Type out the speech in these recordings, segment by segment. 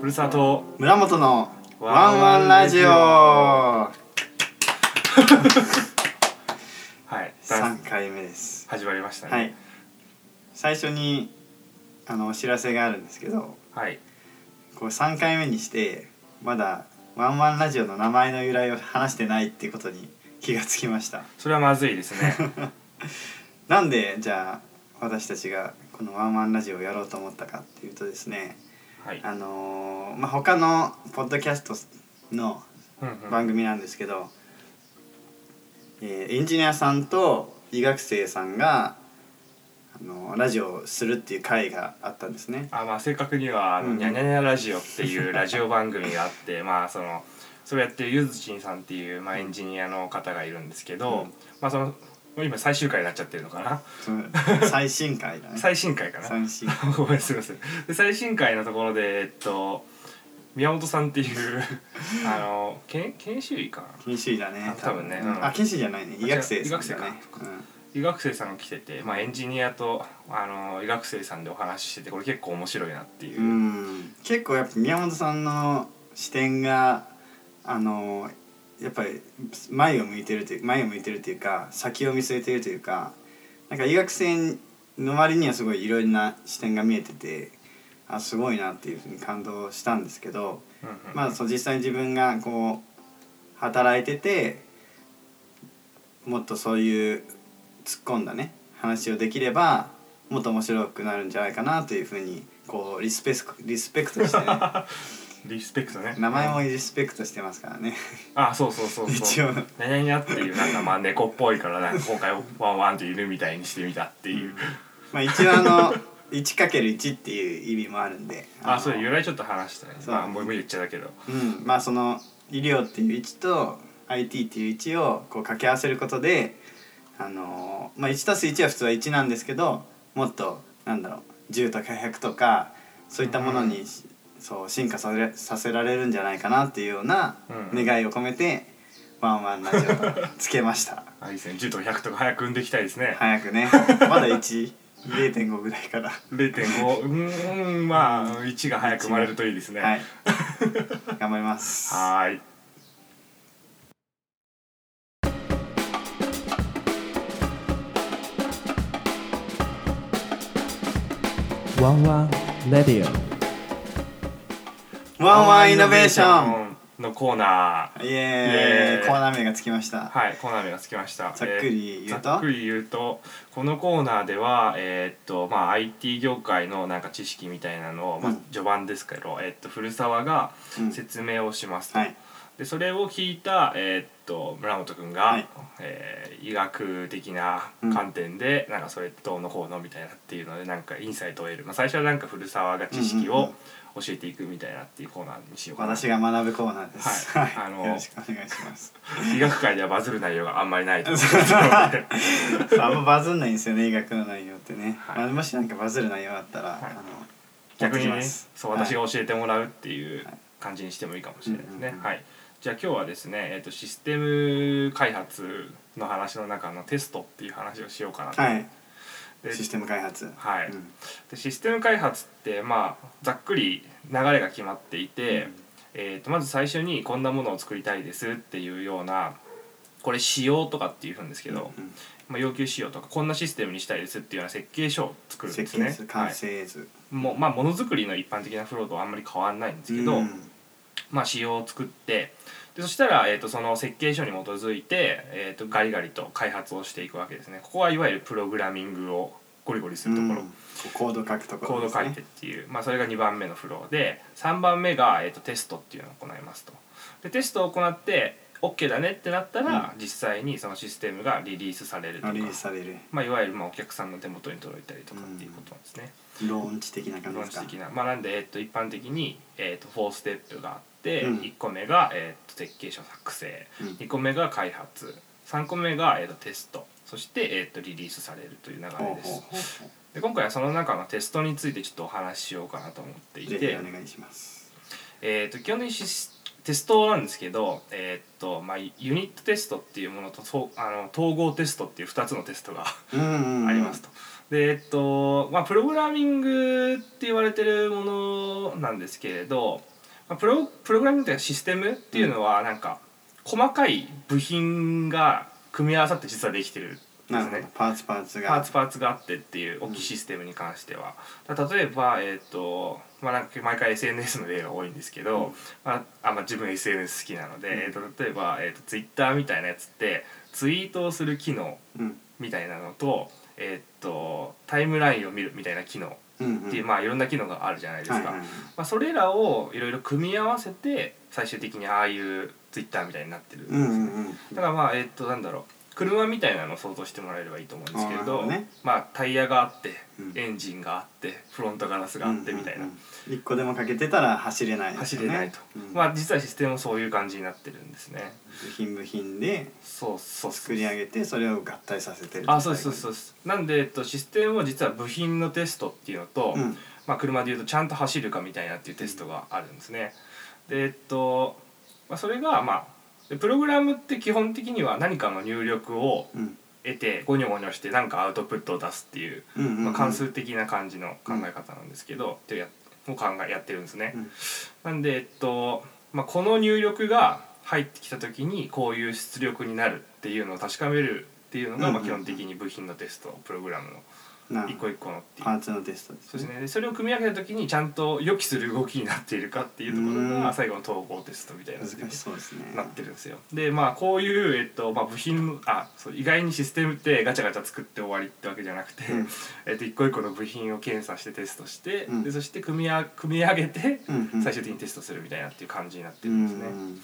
ふるさと村本のワンワンラジオはい三回目です始まりましたねはい最初にあのお知らせがあるんですけどはいこう三回目にしてまだワンワンラジオの名前の由来を話してないっていうことに気がつきましたそれはまずいですね なんでじゃあ私たちがこのワンワンラジオをやろうと思ったかっていうとですねはいあのーまあ他のポッドキャストのうんうん番組なんですけど、えーエンジニアさんと医学生さんがあのラジオをするっていう会があったんですね。あまあ正確にはあの、うんニャニャニャラジオっていうラジオ番組があって まあそのそれやってるゆずちんさんっていう、まあ、エンジニアの方がいるんですけど、うんまあそのもう今最終回になっちゃってるのかな、その最新回だね。最新回か な最新ごめんすいませんで最新回のところでえっと宮本さんっていう あの研研修医かな研修医だねあ。多分ねうんうんあ研修医じゃないね。医学生さんあだ違うね医。医学生さんが来てて、まあ、エンジニアとあの医学生さんでお話ししててこれ結構面白いなっていう、うんうん結構やっぱ宮本さんの視点があのやっぱり前を向いてるという前を向いてるというか先を見据えてるというかなんか医学生の割にはすごいいろいろな視点が見えててあすごいなっていうふうに感動したんですけど、うんうんまあ、そう実際に自分がこう働いててもっとそういう突っ込んだね話をできればもっと面白くなるんじゃないかなというふうにこうリスペスクリスペク トしてねリスペクトね名前もうんリスペクトしてますからねあそうそうそう一そう「応ニャニャニャ」っていうなんかまあ猫っぽいからなんか今回ワンワンっているみたいにしてみたっていう、まあ一応あの 1×1 っていう意味もあるんであそうう由来ちょっと話したねそうまあもう無理言っちゃだけどうんまあその医療っていう1と IT っていう1をこう掛け合わせることであのーまあ1たす1は普通は1なんですけどもっとなんだろう10とか100とかそういったものに、そう進化されさせられるんじゃないかなっていうようなうん願いを込めて「ワンワンラジオ」と つけました。あいいですね10とか100とか早く産んでいきたいですね、早く ねまだ10.5ぐらいから。 0.5うーんまあ1が早く生まれるといいですねはい。頑張り ます。はーいワンワンレディオワンワンイノベーション。ンのコーナーイイエエーーイイ。コーナー名がつきました。はい、コーナー名がつきました。ざっくり言うとえーざっくり言うと、このコーナーでは、えーっと、まあ、IT 業界のなんか知識みたいなのを、まあうん、序盤ですけど、えーっと、古澤がうん説明をしますと。はい。で、それを聞いた、えーっと、村本くんが、はいえー医学的な観点で、なんかそれどうのこうのみたいなっていうので、なんかインサイトを得る。まあ、最初はなんか古澤が知識うんうんうんを教えていくみたいなっていうコーナーにしようかな。私が学ぶコーナーです。はいはあのい。よろしくお願いします。 医学界ではバズる内容があんまりないと思うので。そうあんまバズんないんですよね、医学の内容ってね。はいまあもしなんかバズる内容あったら、はいあの逆にやっねてきますそう私はいが教えてもらうっていう感じにしてもいいかもしれないですね。うんうんうんはいじゃあ今日はですね、えー、とシステム開発の話の中のテストっていう話をしようかなと。はい。でシステム開発。はいうんでシステム開発って、まあ、ざっくり流れが決まっていて、えー、とまず最初にこんなものを作りたいですっていうようなこれ仕様とかっていうんですけど、うんまあ、要求仕様とかこんなシステムにしたいですっていうような設計書を作るんで設す計ね。図、は完い成図。もうまあものづくりの一般的なフローとはあんまり変わらないんですけど、うんまあ仕様を作ってでそしたら、えー、とその設計書に基づいて、えー、とガリガリと開発をしていくわけですねここはいわゆるプログラミングをゴリゴリするところ、うんコード書くとこコーろでドす書いねてっていう、まあ、それが2番目のフローで3番目が、えー、とテストっていうのを行いますとでテストを行って OK だねってなったら、実際にそのシステムがリリースされるとかリリースされるまあ、いわゆるまあお客さんの手元に届いたりとかっていうことなんですね、ローンチ的な感じ論です理か的な、まあ、なんで、えっと、一般的に、えっと、4ステップがあって、うん1個目が、えっと、設計書作成うん2個目が開発3個目が、えっと、テストそして、えっと、リリースされるという流れほでうほうすほうほで今回はその中のテストについてちょっとお話ししようかなと思ってういぜひてお、願いしますえっと基本的にシステストなんですけど、えっとまあ、ユニットテストっていうものとそうあの統合テストっていう2つのテストがあありますと。でえっとまあ、プログラミングって言われてるものなんですけれどまあプロプログラミングというかシステムっていうのはなんか細かい部品が組み合わさって実はできてるんですなるほどね。パーツパーツがパーツパーツがあってっていう大きいシステムに関しては、だ例えばえっ、とまあなんか毎回 SNS の例が多いんですけど、まああまあ自分 SNS 好きなので、えーと例えばえっ、と Twitter みたいなやつってツイートをする機能うんみたいなのとえっ、とタイムラインを見るみたいな機能うんうんっていう、まあいろんな機能があるじゃないですか。はいはいはいまあ、それらをいろいろ組み合わせて最終的にああいうツイッターみたいになってるんですうね、んうんうんだからまあえっとなんだろう車みたいなのを想像してもらえればいいと思うんですけれどあーなるほどねまあ、タイヤがあって、うんエンジンがあってフロントガラスがあってみたいな、うんうんうん一個でもかけてたら走れないで走すよれね、ないと、うんまあ実はシステムもそういう感じになってるんですね部品部品でそうそうそ作うり上げてそれを合体させてるあそうですそうですそうですなんで、えっと、システムも実は部品のテストっていうのと、うんまあ、車でいうとちゃんと走るかみたいなっていうテストがあるんですね。でえっと、まあ、それがまあでプログラムって基本的には何かの入力をうん得てゴニョゴニョして何かアウトプットを出すっていう、うんうんうんまあ、関数的な感じの考え方なんですけど、ってやを考えやってるんですね。うんなんで、えっとまあ、この入力が入ってきた時にこういう出力になるっていうのを確かめるっていうのが、まあ、基本的に部品のテストプログラムなの一個一個のっていうパーツのテストですそうですねでそれを組み上げた時にちゃんと予期する動きになっているかっていうところうがん最後の統合テストみたいなの難しそうですねなってるんですよでまあこういう、えっとまあ、部品のあそう意外にシステムってガチャガチャ作って終わりってわけじゃなくて、うんえっと、一個一個の部品を検査してテストして、うんでそして組みあ組み上げてうんうん最終的にテストするみたいなっていう感じになってうるんんうですね。ん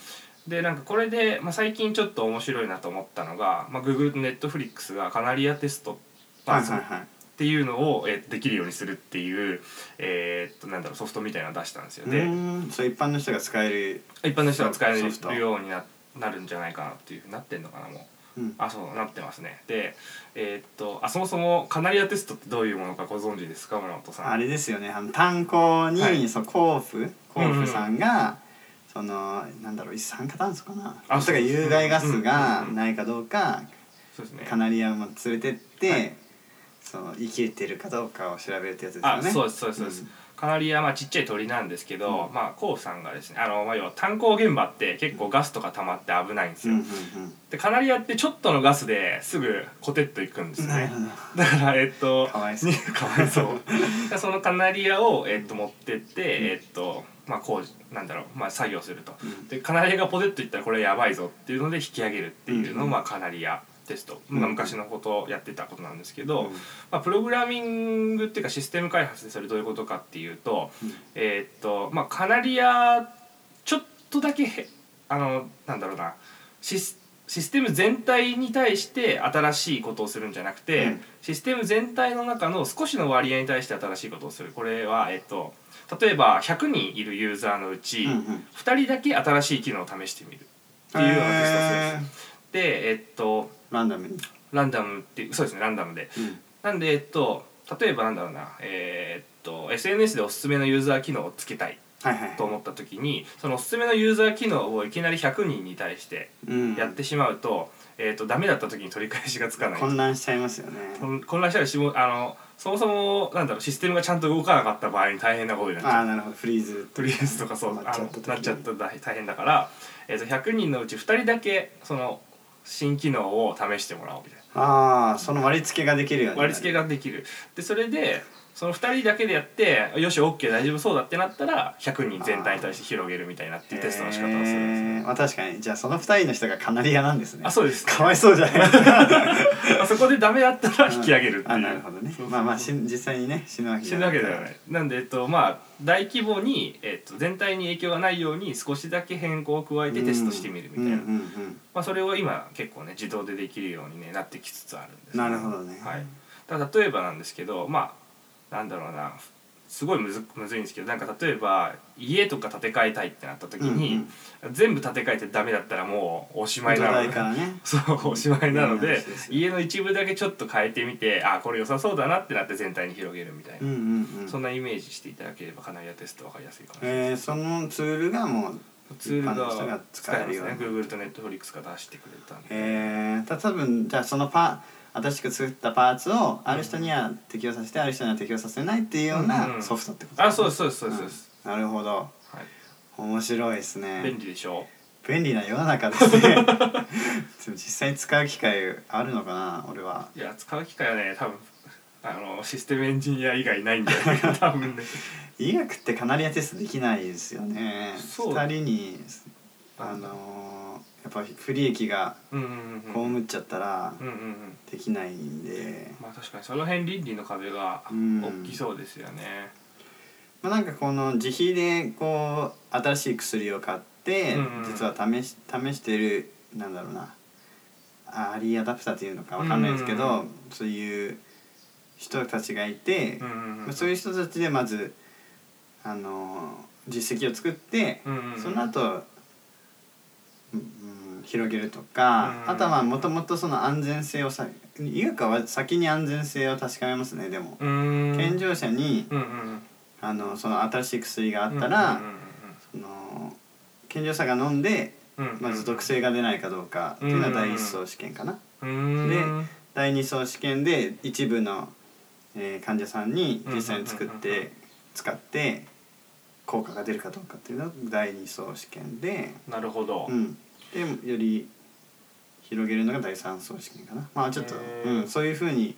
でなんかこれで、まあ、最近ちょっと面白いなと思ったのが、まあ、Google と Netflix がカナリアテスト、まあはいはいはいっていうのを、えーできるようにするっていう、えーっとなんだろうソフトみたいなのを出したんですようで、ーんそう一般の人が使える一般の人が使えソフトるようにななるんじゃないかなっていうふうになってんのかなもううんあそうなってますねでえーっとあそもそもカナリアテストってどういうものかご存知ですか村本さんあれですよねあの炭鉱に、はいそう甲府甲府さんが、そのなんだろう一酸化炭素かなあとか有害ガスがうんうんないかどうか、そうですねカナリアも連れてって、はいその生きれてるかどうかを調べるってやつですよあね。そうですそうですそうです、カナリアまあちっちゃい鳥なんですけど、まあコウさんがですねあのまあ要は炭鉱現場って結構ガスとか溜まって危ないんですうんよ、うんでカナリアってちょっとのガスですぐコテッといくんですうん、ね、なるほどだからえっとかわいそうに かわいそうそのカナリアを、えっと、持ってって、えっとまあこうなんだろう、まあ、作業すると、んでカナリアがポテッといったらこれやばいぞっていうので引き上げるっていうのを、まあ、カナリアテスト、まあ、うん昔のことをやってたことなんですけど、うんまあ、プログラミングっていうかシステム開発でそれどういうことかっていうと、うんえっとまあカナリアちょっとだけへあのなんだろうなシスシステム全体に対して新しいことをするんじゃなくて、うんシステム全体の中の少しの割合に対して新しいことをするこれは、えっと、例えば100人いるユーザーのうち、うんうん2人だけ新しい機能を試してみるっていうようなテストをするんですよ。でえっとランダムに、ランダムっていうそうですねランダムで。うんなんでえっと例えばなんだろうなえーっと SNS でおすすめのユーザー機能をつけたいはいはいと思った時にそのおすすめのユーザー機能をいきなり100人に対してうん、やってしまうと,、えーっとダメだった時に取り返しがつかない混乱しちゃいますよね。混混乱したらしもあのそもそもなんだろうシステムがちゃんと動かなかった場合に大変なことになっちゃうああなるほどフリーズとりあえずとかそうなっあちゃのった時になっちゃったら大変だから、えー、と100人のうち2人だけその新機能を試してもらおうみたいな。ああその割り付けができるようにな割るり付けができるでそれでその2人だけでやってよし OK 大丈夫そうだってなったら100人全体に対して広げるみたいなっていうテストの仕方をするんですへねーまあ確かにじゃあその二人の人がカナリアなんですねあそうですかわいそうじゃないですかあ そこでダメだったら引き上げるっていう、あなるほどねまあまあし実際にね死ぬわけ死ぬわけではなないいなんで、えっとまあ、大規模に、えっと、全体に影響がないように少しだけ変更を加えてテストしてみるみたいな、うんうんうんまあ、それを今結構ね自動でできるように、ね、なってきつつあるんです、なるほどねはい、だから例えばなんですけどまあなんだろうなすごいむずむずいんですけどなんか例えば家とか建て替えたいってなった時に、全部建て替えてダメだったらもうおしまい土なの台でからね そうおしまいなのいいで話ですよ家の一部だけちょっと変えてみてあこれ良さそうだなってなって全体に広げるみたいな、うんうんうんそんなイメージしていただければかなりアテスト分かりやすいかもしれない、えーそのツールがもうツール一般の人がが使使ええまるすようねに Google と Netflix が出してくれたんで、えー、た多分じゃあそのパ新しく作ったパーツをある人には適用させてある人には適用させないっていうよううんうなんソフトってことあそうですそうですそうです、なるほどはい面白いですね便利でしょ便利な世の中ですね でも実際に使う機会あるのかな俺はいや使う機会はね多分あのシステムエンジニア以外ないんだよね 多分ね医学ってカナリアテストできないですよねそう2人にあのーやっぱ不利益がうんうんうん被っちゃったらうんうんうんできないんで、まあ確かにその辺倫理の壁がうん大きそうですよねまあ、なんかこの自費でこう新しい薬を買って、うんうん実は試し試してるなんだろうなアーリーアダプターっていうのかわかんないですけど、うんうんそういう人たちがいて、うんうんうまあんそういう人たちでまず、あのー実績を作って、うんうんうんその後、うんうん、広げるとか、うんうんあとはまあもともとその安全性をさ医学は先に安全性を確かめますねでも。うーん健常者にうんうんあのその新しい薬がああったら、その健常者が飲んで、まず毒性が出ないかどうかっていうのは第一層試験かな、でで第二層試験で一部の、えー患者さんに実際に作って、うんうんうんうん使って効果が出るかどうかっていうのが第二層試験で、なるほど、うん、でより広げるのが第三層試験かなまあちょっとへ、うーん、そういうふうに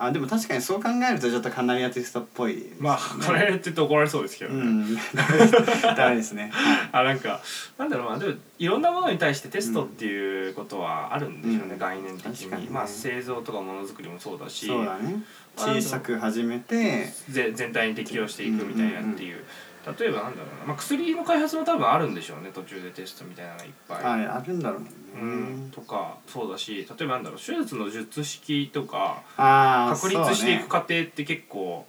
あでも確かにそう考えるとちょっとカナリアティストっぽいですね、まあこれって言って怒られそうですけど、うねん、 ダメですダメで すね。あなんかなんだろうなでもいろんなものに対してテストっていうことはあるんでしょうね、うん概念的確にかにねまあ製造とかものづくりもそうだしそうだね。小さく始めて、ぜ全体に適応していくみたいなっていう,、例えばなんだろうな、まあ、薬の開発も多分あるんでしょうね途中でテストみたいなのがいっぱい。ああるんだろううねん、。とかそうだし例えばなんだろう手術の術式とかああ、確立していくか。過程って結構、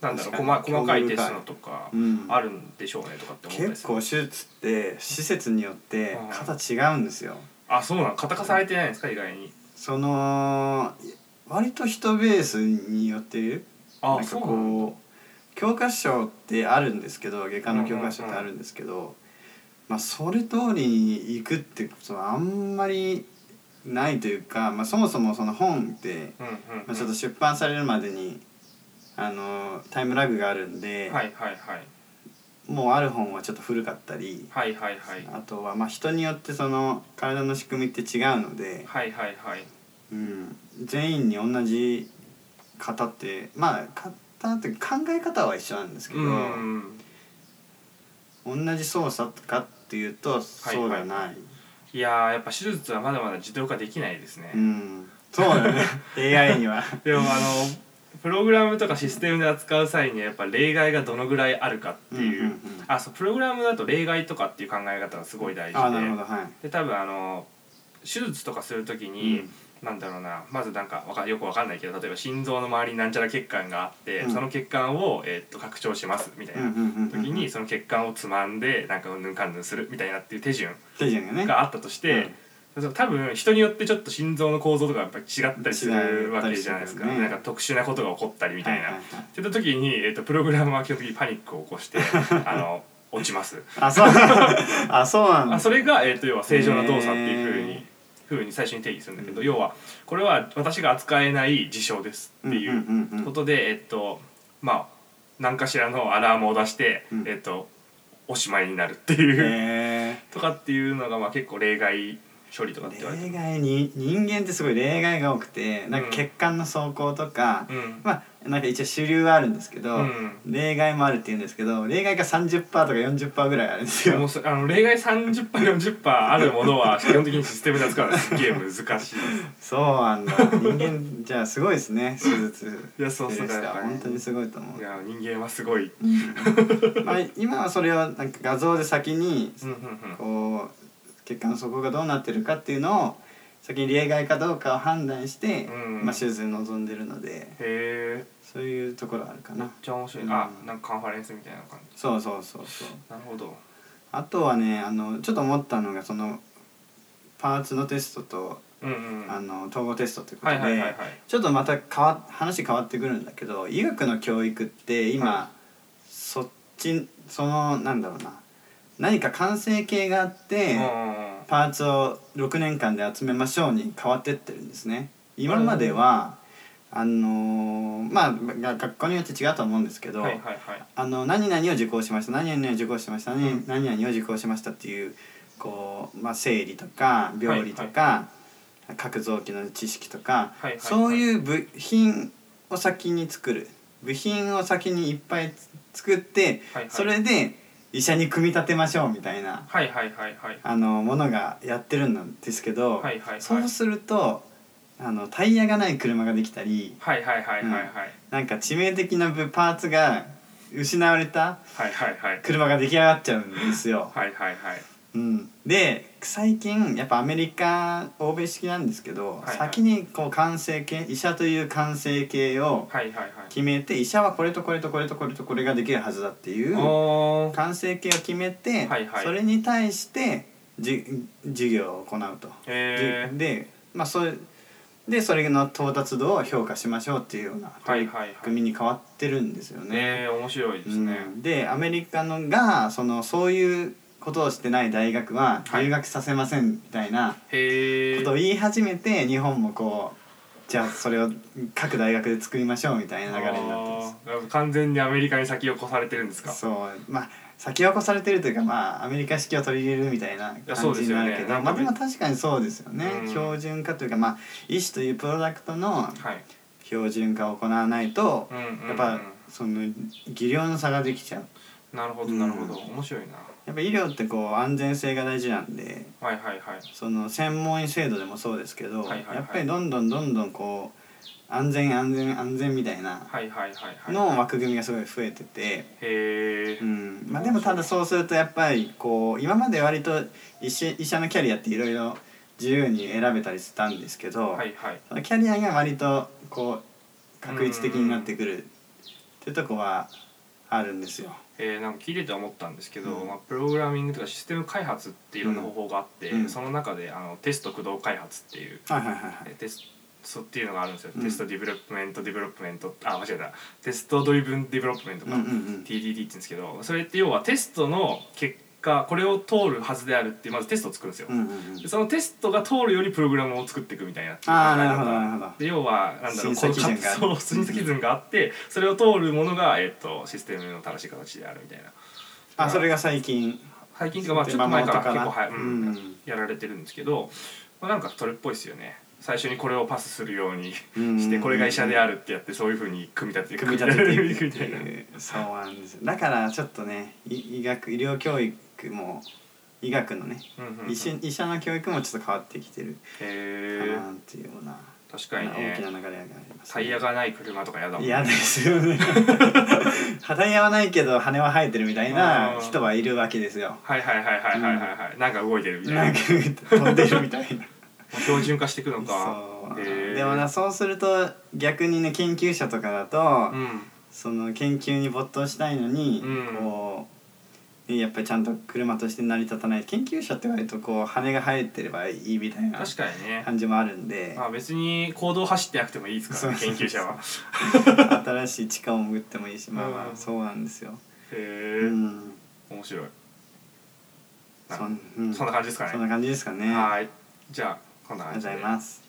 なんだろう確細かに細かいテストのとかうんあるんでしょうねとかって思ったり結する構手術って施設によって型違うんですよ。あそうなの型化されてないんですか意外にその割と人ベースによってあなんそかうなのこう教科書ってあるんですけど外科の教科書ってあるんですけど、まあそれ通りに行くってことはあんまりないというか、まあ、そもそもその本っうて、んうんうんまあ、ちょっと出版されるまでにあのタイムラグがあるんで、はいはいはいもうある本はちょっと古かったりはいはいはいあとはまあ人によってその体の仕組みって違うので。はいはいはいうん、全員に同じ型ってまあ型って考え方は一緒なんですけうど、ん同じ操作かっていうとそうじゃない、いやーやっぱ手術はまだまだ自動化できないですね、うん、そう だね AI にはでもあのプログラムとかシステムで扱う際にはやっぱ例外がどのぐらいあるかっていう,、うんうんうんあそうプログラムだと例外とかっていう考え方がすごい大事であなるほどはいで多分あの手術とかする時に、なんだろうなまずなんかわかよくわかんないけど例えば心臓の周りになんちゃら血管があって、うんその血管を、えーっと拡張しますみたいうんうなんうんうん時に、その血管をつまんでなんかうんぬんかんぬんするみたいなっていう手順手順がねがあったとして、多分人によってちょっと心臓の構造とかやっぱり違ったりするわけじゃないですか、違ったりするよねなんか特殊なことが起こったりみたいな。はいはいはいって言った時に、えーっとプログラムは基本的にパニックを起こ してあの落ちます。あそう あそうなんだあそれが、えー、と要は正常な動作っていうふうへーにふうに最初に定義するんだけど、要はこれは私が扱えない事象ですっていんうんうんううんことで、えっとまあ何かしらのアラームを出して、うんえっとおしまいになるっていう、へとかっていうのが、まあ、結構例外処理とかって言われてー例る。外に人間ってすごい例外が多くてなんか血管の走行とか、うんまあなんか一応主流はあるんですけど、うん例外もあるって言うんですけど例外が30%とか40%ぐらいあるんですもよう。そあの例外30%、40%あるものは基本的にシステムで扱うのはすっげえ難しいです。そうなんだ人間じゃあすごいです ね手術いやそうそうでしだたからね本当にすごいと思いや人間はすごい。う、まあ、今はそれをなんか画像で先にうんうんうんこう血管の底がどうなってるかっていうのを先に例外かどうかを判断して、うんまあ、手術に臨んでるのでへえ。そういうところあるかめっなちゃ面白い、うんあなんかカンファレンスみたいな感じそうそうそうそうなるほどあとはねあのちょっと思ったのがそのパーツのテストとうんうんあの統合テストってことはいで、はいはいはいちょっとまた変わ話変わってくるんだけど医学の教育って今、そっちそのなんだろうな何か完成形があって、うパーツを6年間で集めましょうに変わってってるんですね。今までは、あのーまあが学校によって違うと思うんですけど、んはいはいはいあの何々を受講しました何々を受講しました、何何々を受講しましたっていうこう、まあ、生理とか病理とか、各臓器の知識とか、はいはいはいそういう部品を先に作る部品を先にいっぱい作って、はいはいそれで医者に組み立てましょうみたいなはいはいはいはいあのものがやってるんですけど、はいはいはいそうするとあのタイヤがない車ができたりはいはいはいはいはいなんか致命的な部パーツが失われたはいはいはい車が出来上がっちゃうんですよ。はいはいはいうん、で最近やっぱアメリカ欧米式なんですけど、はいはい先にこう完成形医者という完成形をはいはいはい決めて医者はこれとこれとこれとこれとこれができるはずだっていうおー完成形を決めて、はいはいそれに対してじ授業を行うと。へーで,、まあ、それでそれの到達度を評価しましょうっていうようなはいはいはい組に変わってるんですよね。ねえ面白いですねうんでアメリカのがそのそういうことをしてない大学ははい留学させませんみたいなへえことを言い始めて日本もこうじゃあそれを各大学で作りましょうみたいな流れになってます。完全にアメリカに先を越されてるんですかそうまあ先を越されてるというかまあアメリカ式を取り入れるみたいないやそ感うじですによなねるけど、なんまかあでも確かにそうですよね、うん標準化というかまあ医師というプロダクトのはい標準化を行わないと、うんうんうんやっぱその技量の差ができちゃうなるほどなるほど面白いなやっぱ医療ってこう安全性が大事なんではいはいはいその専門医制度でもそうですけど、はいはいはいやっぱりどんどんどんどんこう安全安全安全みたいなはいはいはいはいの枠組みがすごい増えてて、へえうんまあ、でもただそうするとやっぱりこう今まで割と医師医者のキャリアっていろいろ自由に選べたりしたんですけど、はいはいそのキャリアが割とこう確率的になってくるってとこはあるんですよ。えー、なんか聞いてて思ったんですけど、うんまあ、プログラミングとかシステム開発っていろんな方法があって、うんその中であのテスト駆動開発っていう、はいはいはいはいえーテストっていうのがあるんですよ、うんテストディベロップメントディベロップメントあ間違えたテストドリブンディベロップメントか、うんうんうん TDD って言うんですけどそれって要はテストの結果これを通るはずであるっていうまずテストを作るんですよ、うんうんうんでそのテストが通るよりプログラムを作っていくみたいなあーなるほどなるほどで要はなんだろう審査基準があるこのそう審査基準があってそれを通るものが、えっとシステムの正しい形であるみたいなあそれが最近最近とかまあちょっと前から結構は、うんやられてるんですけど、まあ、なんかそれっぽいですよね最初にこれをパスするようにうんしてこれが医者であるってやってそういうふうに組み立てて組み立てていくみってたいないうそうなんですよだからちょっとねい医学医療教育も医学のねうんうんうん医師医者の教育もちょっと変わってきてるかへえなっていうような、確かに大きねな流れがあります、タイヤがない車とかやだもん嫌です よねタイヤはないけど羽は生えてるみたいな人はいるわけですよはいはいはいはいはいはいはい、なんか動いてるみたいななんか飛んでるみたいな標準化していくのそかう、へえでもなそうすると逆にね研究者とかだと、うんその研究に没頭したいのに、うんこうねやっぱりちゃんと車として成り立たない研究者って割とこう羽が生えてればいいみたいな確かにね、感じもあるんでまあ、別に行動走ってなくてもいいですからねそう研究者は新しい地下を潜ってもいいしまあまうんあそうなんですよ。へえ、うん面白いそなんんうんそんな感じですかねそんな感じですかね。あはい。じゃあ、こんなりがと感うじござでい。ます。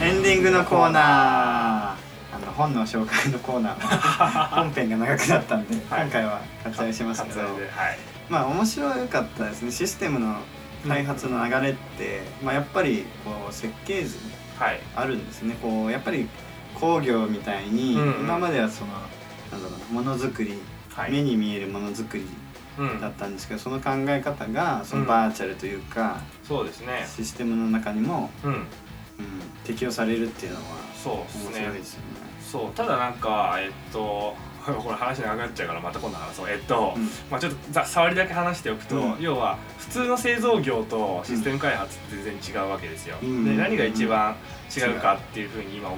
エンディングのコーナー。あの本の紹介のコーナー 本編が長くなったんで、はい今回は割愛しますけ割ど愛ではい。まあ面白かったですねシステムの開発の流れって、まあ、やっぱりこう設計図はい。あるんですねこうやっぱり工業みたいに、うんうん今まではそのなんだろうものづくり、はい。目に見えるものづくりうんだったんですけどその考え方がそのバーチャルというか、そうですね。システムの中にも、うん。うん、適用されるっていうのはそうです面白いねで。すよね。そう。ただなんか、えっと、 これ話長くなっちゃうからまた今度話そう。えっと、うんまあちょっとざ触りだけ話しておくと、うん要は普通の製造業とシステム開発って全然違うわけですよ。うんで何が一番違うかっていうふうに今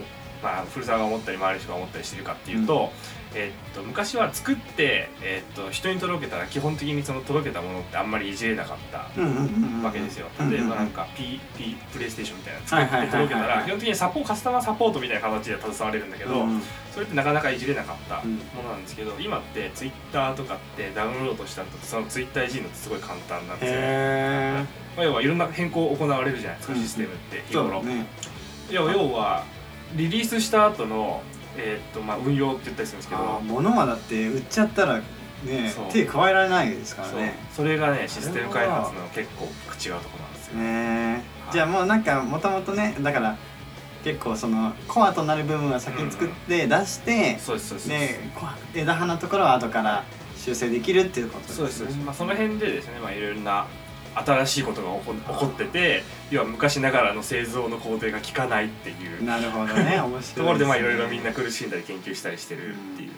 まあ、古澤が思ったり周りの人が思ったりしてるかっていうと,、えっと昔は作って、えっと人に届けたら基本的にその届けたものってあんまりいじれなかった。うんうんうんうんわけですようんうん例えばなんか P, P プレイステーションみたいなのはいはい作ってはい届けはいたら基本的にサポカスタマーサポートみたいな形で携われるんだけど、うんうんそれってなかなかいじれなかったうんものなんですけど、今ってツイッターとかってダウンロードした後そのツイッターいじるのってすごい簡単なんですよね。へまあ、要はいろんな変更行われるじゃないですかシステムってえ日そ頃。うだね要は要はリリースした後のえーっとまあ運用って言ったりするんですけど、あー物はだって売っちゃったらねそう手加えられないですからそうねそれがねシステム開発の結構違うところなんですよ。ねはいじゃあもうなんかもともとねだから結構そのコアとなる部分は先に作って出して、そうですそうです。ねコア枝葉のところは後から修正できるっていうことですそうねです、まあ、その辺でですね、まあ、いろんな新しいことが起こ起こってて要は昔ながらの製造の工程が効かないっていうなるほど ね面白いすねところでまあいろいろみんな苦しんだり研究したりしてるっていう、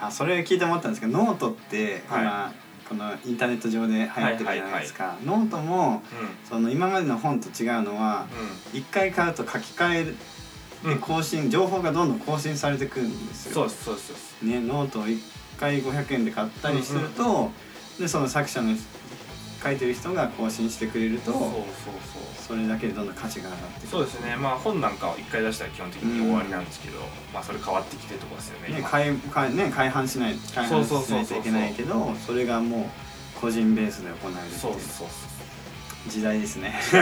あそれ聞いて思ったんですけどノートって今、はこのインターネット上で流行ってるじゃないですか、ノートもうんその今までの本と違うのは一回買うと書き換うんえで更新、情報がどんどん更新されてくるんですよそうですそうですそうですね、ノートを1回500円で買ったりすると、でその作者の書いてる人が更新してくれるとそうそうそれだけでどんどん価値が上がってくそうそうですねまあ本なんかを一回出したら基本的に終わりなんですけど、まあそれ変わってきてるとこですよねる、ね今改改ね、改版しない改版しそうそうそうなそういといけないけどそれがもう個人ベースで行われるってそいううそうそう時代ですねじ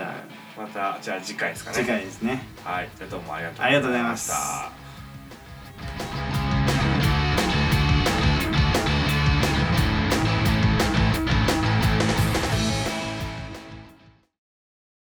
ゃ またじゃあ次回ですかあね次回ですねはいじゃあどうもありがとうありがとうございました